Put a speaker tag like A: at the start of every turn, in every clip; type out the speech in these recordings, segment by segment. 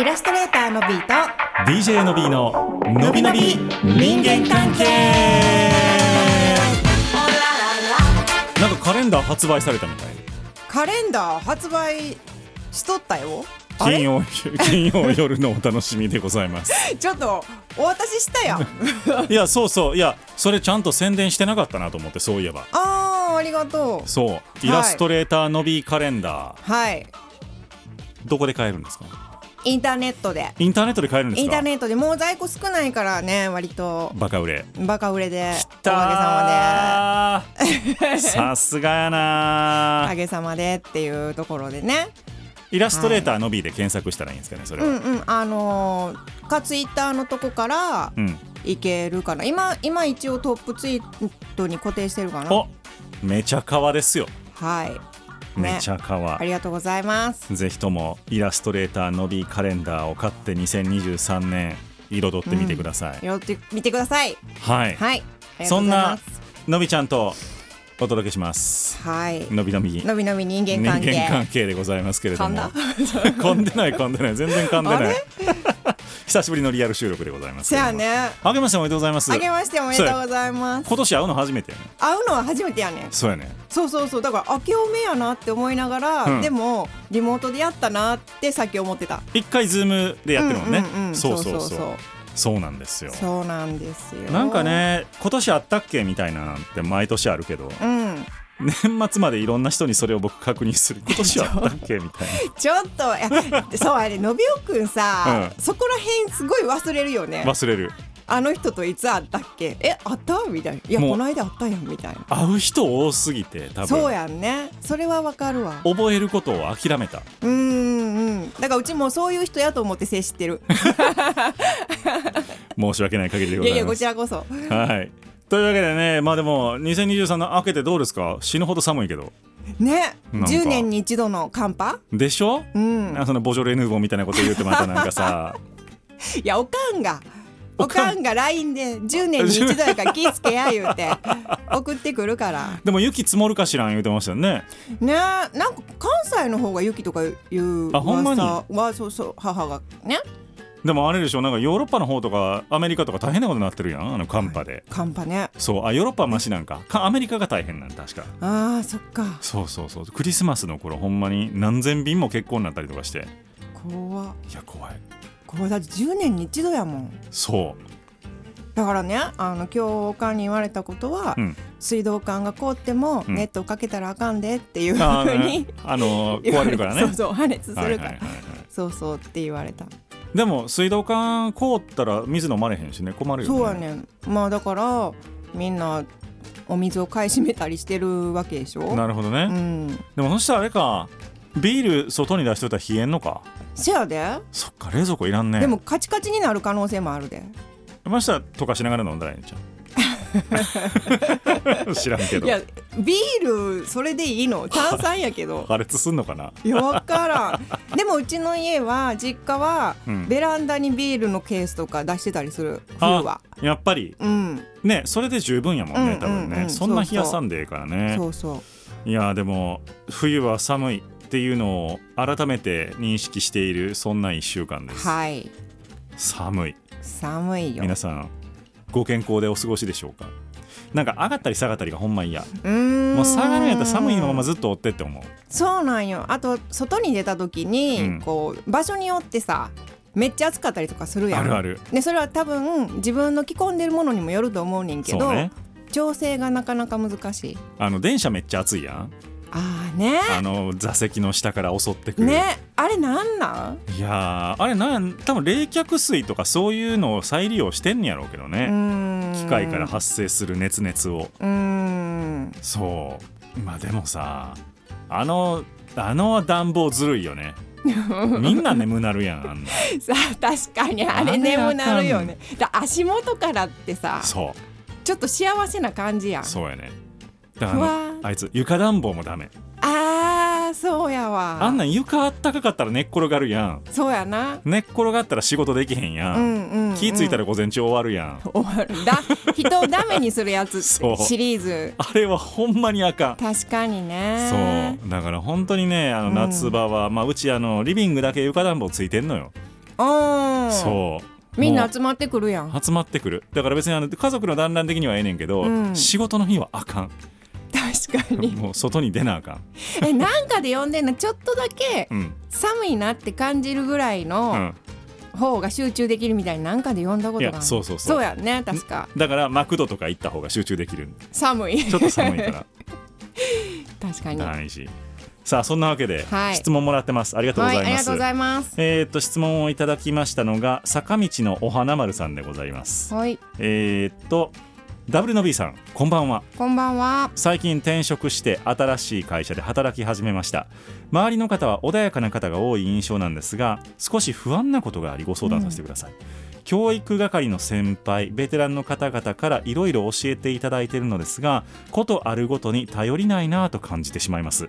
A: イラストレーターのビーと
B: DJ のびーののびのび人間関係なんかカレンダー発売されたみたい
A: カレンダー発売しとったよあ
B: 金
A: れ
B: 曜金曜夜のお楽しみでございま す
A: ちょっとお渡しした やん
B: いやそうそういやそれちゃんと宣伝してなかったなと思ってそういえば
A: あーありがとう
B: そうイラストレーターのびーカレンダー、
A: はい
B: どこで買えるんですか
A: インターネットで
B: インターネットで買えるんですか
A: インターネットでもう在庫少ないからね割と
B: バカ売れ
A: バカ売れでお
B: た
A: か
B: ーさすが
A: げ
B: や
A: さまでお
B: な
A: か
B: ー
A: げさまでっていうところでね
B: イラストレーターのびーで検索したらいいんですかねそれ
A: う
B: は、
A: んうんあのー、かツイッターのとこから
B: うん
A: いけるかな今今一応トップツイートに固定してるかな
B: おめちゃかわですよ
A: はいね
B: めちゃかわ、
A: ありがとうございます
B: ぜひともイラストレーターのびカレンダーを買って2023年彩ってみてください、
A: 寄ってみてください
B: はい、
A: はいありがと
B: そ
A: うんございま
B: な
A: す
B: のびちゃんとお届けします
A: はい
B: のびのび
A: のびのび人間
B: 人
A: 関係
B: 間関係でございますけれど
A: 噛ん
B: も
A: だ
B: 噛んでない噛んでない全然噛んで
A: あ
B: ない
A: れ
B: 久しぶりのリアル収録でございます
A: せ
B: けれども
A: やね
B: あけましておめでとうございます
A: あげましておめでとうございます
B: 今年会うの初めてやね
A: 会うのは初めてやねん
B: そうやね
A: そうそうそうだから明けおめやなって思いながら、
B: うん
A: でもリモートでやったなってさっき思ってた
B: 一回ズームでやってるもんね、
A: うんうんうん
B: そうそうそ
A: そ
B: う
A: うそうそう
B: そうなんですよ
A: そうなんですよ
B: なんかね今年あったっけみたいなのって毎年あるけど
A: うん
B: 年末までいろんな人にそれを僕確認 する今年はあったっけみたい
A: ちょっといやそうあれのびおくんさ、
B: う
A: そこら辺すごい忘れるよね
B: な忘れる
A: あの人といつ会ったっけえ会ったみたいないや
B: もう
A: この間会ったやんみたいな
B: 会う人多すぎて多
A: そう
B: 分
A: やんねそれはわかるわ
B: 覚えることを諦めた
A: うーんうんだからうちもそういう人やと思って接してる
B: 申し訳ない限りでご
A: い
B: ざ
A: やい
B: い
A: や
B: ま
A: こ
B: す
A: ちらこそ
B: はいというわけでねまあでも2023の明けてどうですか死ぬほど寒いけど
A: ね
B: なんか
A: 10年に一度の寒波
B: でしょ、
A: うん
B: なんかそのボジョレ・ヌーボーみたいなこと言うてまたなんか さ
A: いやおかんが
B: お
A: お
B: かん
A: かんが LINE で10年に一度やから気ぃつけや言う て送ってくるから
B: でも雪積もるかしらん言うてましたよね
A: ねなんか関西の方が雪とかいう
B: あほんまに
A: 噂はそうそう母がね
B: でもあれでしょなんかヨーロッパの方とかアメリカとか大変なことになってるやんあの寒波で、
A: 寒波ね
B: そうあヨーロッパはマシなんかかアメリカが大変なん確か
A: あーそっか
B: そうそうそうクリスマスの頃ほんまに何千便も欠航になったりとかして
A: 怖
B: いや怖い
A: 怖だって10年に一度やもん
B: そう
A: だからねあの今日おかんに言われたことは、
B: うん
A: 水道管が凍っても
B: うん
A: ネットかけたらあかんでっていうふう
B: あー
A: に
B: ね、あのー
A: 言われ
B: 壊れ
A: て
B: るから
A: そう
B: ね
A: そう破裂するから、
B: はいはいはいはい
A: そうそうって言われた、
B: でも水道管凍ったら水飲まれへんしね困るよね
A: そうやねまあだからみんなお水を買い占めたりしてるわけでしょ
B: なるほどね、
A: うん
B: でもそしたらあれかビール外に出しといたら冷えんのか
A: せやで、
B: そっか冷蔵庫いらんね
A: でもカチカチになる可能性もあるで
B: ましたら溶かしながら飲んだらいいん じゃん知らんけ
A: い
B: ど
A: やビールそれでいいの炭酸やけど
B: 破裂すんのか ない
A: やわからんでもうちの家は実家は
B: うん
A: ベランダにビールのケースとか出してたりする冬は
B: やっぱり
A: うん、
B: ねそれで十分やもんね多
A: うんう
B: 分ね、
A: んうん
B: そんな
A: そうそ
B: 日
A: う
B: やさんでええからね
A: そうそ
B: いやでも冬は寒いっていうのを改めて認識しているそんな1週間
A: う
B: です、
A: はい
B: 寒い
A: 寒いよ
B: 皆さんご健康でお過ごしでしょうかなんか上がったり下がったりがほんま嫌
A: うーん
B: もう下がるんやったら寒いまま
A: ず
B: ずっとおってって思う
A: そうなんよあと外に出た時に、
B: うん
A: こう場所によってさめっちゃ暑かったりとかするやん
B: あるある
A: でそれは多分自分の着込んでるものにもよると思うねんけ
B: そう
A: ど、
B: ね
A: 調整がなかなか難しい
B: あの電車めっちゃ暑いやん
A: ああね
B: あの座席の下から襲ってくる、
A: ねあれなんなん
B: いやーあれなん多分冷却水とかそういうのを再利用してんやろうけど
A: う
B: ね、
A: ーん
B: 機械から発生する熱熱を
A: うーん
B: そうまあでもさあのあの暖房ずるい よねみんな眠なるやんあんな
A: さあ確かにあ
B: あれ
A: れ眠なるよ
B: あ
A: ねだ足元からってさ
B: そ
A: ちょっと幸せな感じやん
B: うそうやねだからあの
A: うわー
B: あいつ床暖房もダメ
A: あーそうやわ
B: あんなん床あったかかったら寝っ転がるやん
A: そうやな
B: 寝っ転がったら仕事できへんや、
A: うんんうん、うん、
B: 気付いたら午前中終わるやん
A: 終わるだ人をダメにするやつ
B: そう
A: シリーズ
B: あれはほんまにあかん
A: 確かにね
B: そうだから本当にねあの
A: うん
B: 夏場は、うまあうちあのリビングだけ床暖房ついてんのよ
A: あー
B: そう
A: みんな
B: も
A: 集まってくるやん
B: う集まってくるだから別にあの家族の団らん的にはええねんけど、
A: うん
B: 仕事の日はあかん
A: 確か に
B: もう外に出なあかん、
A: えなんかで呼んでんのちょっとだけ
B: うん
A: 寒いなって感じるぐらいうの
B: ん、
A: 方が集中できるみたいになんかで呼んだこと
B: い
A: がある
B: やそうそうそう
A: そうやんね確か
B: だからマクドとか行った方が集中できる
A: 寒い
B: ちょっと寒いか
A: 確かに
B: ら
A: はい
B: ないしさあそんなわけで、
A: はい
B: 質問もらってますありがとうござい
A: あり
B: ま
A: が
B: す、
A: とうございます
B: えーっと質問をいただきましたのが坂道のお花丸さんでございます
A: はい
B: えーっと W の B さんこんばんは
A: こんばんは
B: 最近転職して新しい会社で働き始めました周りの方は穏やかな方が多い印象なんですが少し不安なことがありご相談させてください、教育係の先輩ベテランの方々からいろいろ教えていただいているのですがことあるごとに頼りないなぁと感じてしまいます、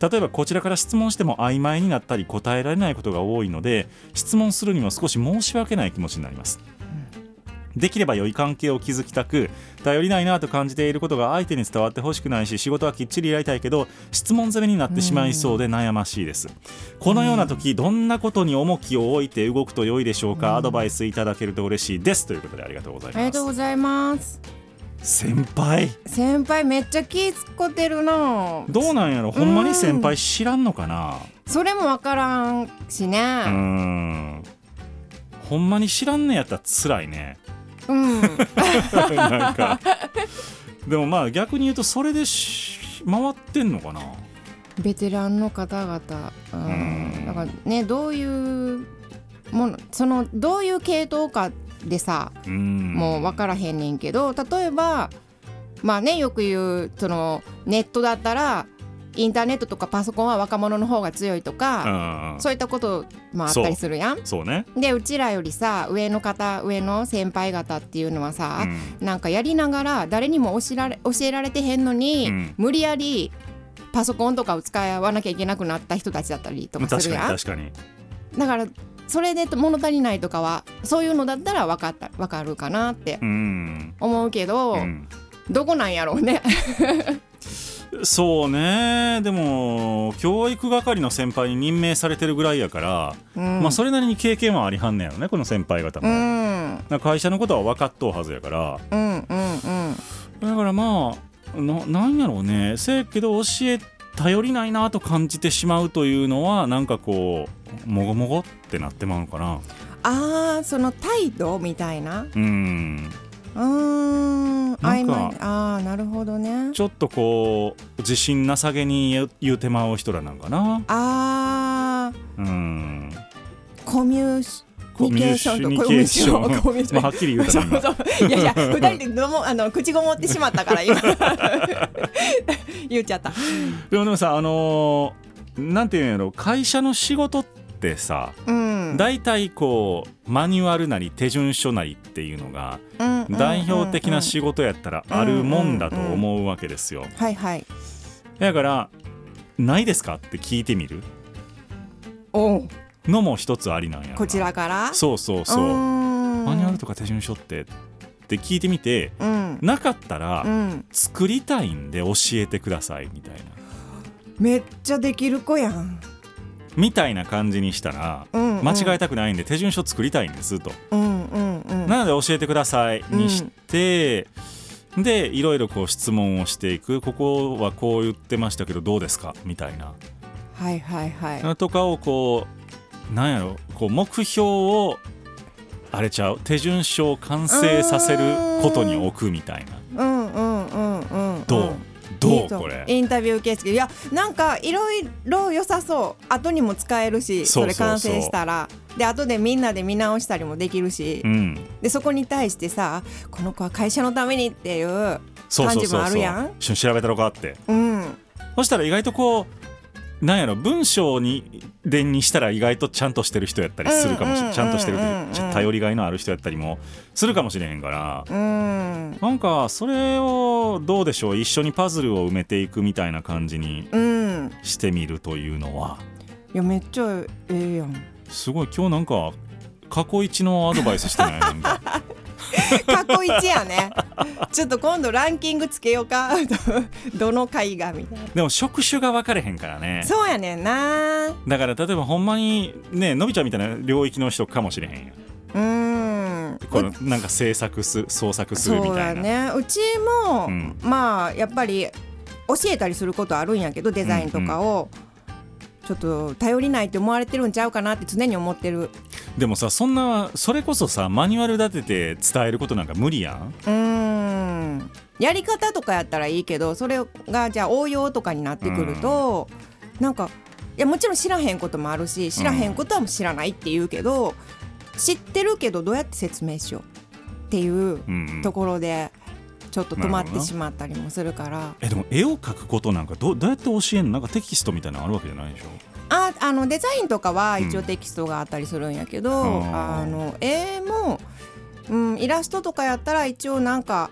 B: 例えばこちらから質問しても曖昧になったり答えられないことが多いので質問するにも少し申し訳ない気持ちになりますできれば良い関係を築きたく頼りないなと感じていることが相手に伝わってほしくないし仕事はきっちりやりたいけど質問攻めになってしまいそうで悩ましいです、このような時どんなことに重きを置いて動くと良いでしょうか、アドバイスいただけると嬉しいですということでありがとうござい
A: あり
B: ま
A: がとう
B: す
A: ございます
B: 先輩
A: 先輩めっちゃ気使ってるな
B: どうなんやろほんまに先輩知らんのかな
A: それもわからんし
B: う
A: ね
B: ーんほんまに知らんねやったら辛いね
A: うん、
B: なんかでもまあ逆に言うとそれでし回ってんのかな
A: ベテランの方々うん
B: うん
A: だからねどういうものそのどういう系統かでさ
B: うーん
A: もう分からへんねんけど例えばまあねよく言うそのネットだったらインターネットとかパソコンは若者の方が強いと
B: う
A: か、
B: んうん
A: そういったこともあったりするやん。
B: そうね、
A: でうちらよりさ上の方上の先輩方っていうのはさ、
B: うん
A: なんかやりながら誰にも教えられ教えられてへんのに、
B: うん
A: 無理やりパソコンとかを使わなきゃいけなくなった人たちだったりとかす
B: 確
A: るや
B: か
A: ん
B: に確かに
A: だからそれで物足りないとかはそういうのだったら分かった分かるかなって
B: うん、
A: 思うけど、
B: うん
A: どこなんやろう ね
B: そうねでも教育係の先輩に任命されてるぐらいやから、
A: うん、
B: まあそれなりに経験はありはんねやろねこの先輩方
A: う
B: も、
A: んうん
B: なんか会社のことは分かっとうはずやから
A: うんうん
B: だからまあななんやろうねせやけど教え頼りないなと感じてしまうというのはなんかこうもごもごってなってまうのかな
A: あーその態度みたいな
B: うん
A: うーん曖昧
B: なんか
A: あーなるほどね
B: ちょっとこう自信なさげに言う言うてまう人らなんかな
A: あー
B: うん
A: コミューコミュニケーションと
B: コミュニケーション
A: コミュニケーションコミュニケーション
B: まあはっきり言うた
A: そう
B: ら
A: そ
B: 今
A: ういやいや二人でどう もあの口ごもってしまったから今 言っちゃった。
B: でもでもさあのーなんていうんやろ会社の仕事ってさ
A: うん。
B: 大体こうマニュアルなり手順書なりっていうのが
A: うんうん
B: 代表的な仕事やったらあるもんだと思うわけですよ
A: うんうんはいはい。
B: だから「ないですか?」って聞いてみる
A: おう
B: のも一つありなんやろな
A: こちらから。
B: そうそうそう
A: ー
B: うんマニュアルとか手順書ってって聞いてみて
A: うん。
B: なかったら、
A: うん。
B: 作りたいんで教えてくださいみたいな
A: めっちゃできる子やん。
B: みたいな感じにしたら、
A: うんうん
B: 間違えたくないんで手順書作りたいんですと、
A: うんうんうん。
B: なので教えてくださいにして、でいろいろこう質問をしていくここはこう言ってましたけどどうですかみたいな、
A: はいはいはい。
B: とかをこうなんやろこう目標をあれちゃう手順書を完成させることに置くみたいな
A: うんうんうんうん。
B: どう、
A: んい
B: ど
A: いうと思
B: これ
A: インタビュー形式いやなんかいろいろ良さそう後にも使えるしそ
B: そうそう
A: れ
B: そう
A: 完成したらで後でみんなで見直したりもできるし
B: うん
A: でそこに対してさこの子は会社のためにっていう
B: そうそうそうそう
A: 感じもあるやん
B: 一緒に調べたろかって
A: うん
B: そしたら意外とこうなんやろ文章に伝にしたら意外とちゃんとしてる人やったりするかも
A: うんう
B: し
A: んうんう
B: れ
A: ん
B: ちゃんとしてるちゃ頼りがいのある人やったりもするかもしれへんから
A: うん
B: なんかそれをどうでしょう一緒にパズルを埋めていくみたいな感じに
A: うん
B: してみるというのはい
A: やめっちゃええやん
B: すごい今 日なんか過去一のアドバイスしてないなんか
A: 過去一やねちょっと今度ランキングつけようか どの回がみたいな
B: でも職種が分かれへんからね
A: そうやねんなう
B: だから例えばほんまにねのびちゃんみたいな領域の人かもしれへんやん
A: ーん
B: このなんか制作す創作するみ
A: そう
B: た
A: や
B: いな、
A: ねうちも、
B: うん
A: まあやっぱり教えたりすることあるんやけどデザインとかを、ちょっと頼りないって思われてるんちゃうかなって常に思ってる
B: でもさそんなそれこそさマニュアル立てて伝えることなんか無理や
A: う
B: ん
A: ーんやり方とかやったらいいけどそれがじゃあ応用とかになってくると、なんかいやもちろん知らへんこともあるし知らへんことはもう知らないって言うけど、知ってるけどどうやって説明しようっていう
B: うん
A: ところでちょっと止まっ
B: なるほど
A: て
B: な
A: しまったりもするから。
B: えでも絵を描くことなんかどどうやって教えんのなんかテキストみたいなのあるわけじゃないでしょ
A: ああのデザインとかは
B: うん
A: 一応テキストがあったりするんやけど、
B: あー
A: あの絵も、うん、イラストとかやったら一応なんか、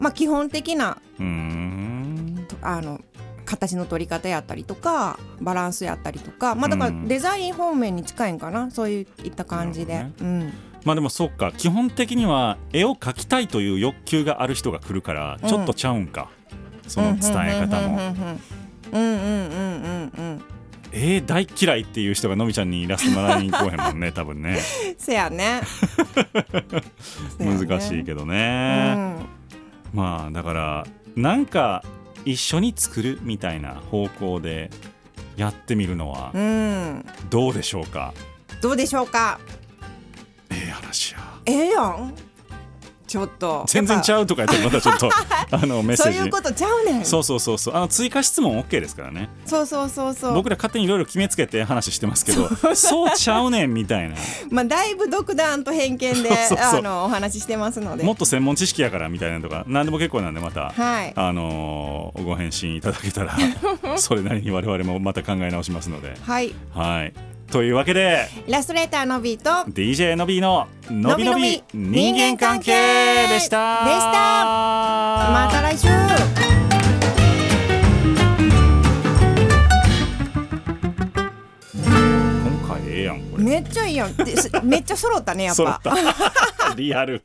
A: まあ、基本的な
B: うーん
A: とあの形の取り方やったりとかバランスやったりとか、まあ、だから
B: うん
A: デザイン方面に近いんかなそういった感じで、
B: なる
A: うん、
B: まあでもそっか基本的には絵を描きたいという欲求がある人が来るから
A: うん
B: ちょっとちゃうんか、その伝え方も
A: も。うんうんうんうんうん
B: えー、大嫌いっていう人がのびちゃんにイラスト習いに行こうへんも んね多分ね
A: せや ねせやね
B: 難しいけど
A: う
B: ね、
A: ん
B: まあだからなんか一緒に作るみたいな方向でやってみるのは
A: うん
B: どうでしょうか、
A: どうでしょうか
B: ええ話や
A: ええやんちょっと
B: 全然ち
A: う
B: ゃうとかやったらまたち ょっとあのメッセ
A: そ
B: ー
A: う
B: ジ
A: いうことちゃうねん
B: そうそうそうそうあの追加質問 OK ですからね
A: そうそうそうそう
B: 僕ら勝手にいろいろ決めつけて話してますけどそうちゃうねんみた いな
A: まあだいぶ独断と偏見で
B: そうそうそう
A: あのお話ししてますので
B: もっと専門知識やからみたいなのとか何でも結構なんでまた、
A: はい
B: あのーご返信いただけ たらそれなりに我々もまた考え直しますので。
A: はい
B: はいというわけで
A: イラストレーターのビート
B: DJ のびの「のびの
A: の
B: び
A: びのび
B: 人間関係」でした
A: でしたまた来週
B: 今回ええやんこれ
A: めっちゃいいやんですめっちゃ揃ったねやっ
B: 揃
A: ぱ
B: った リアル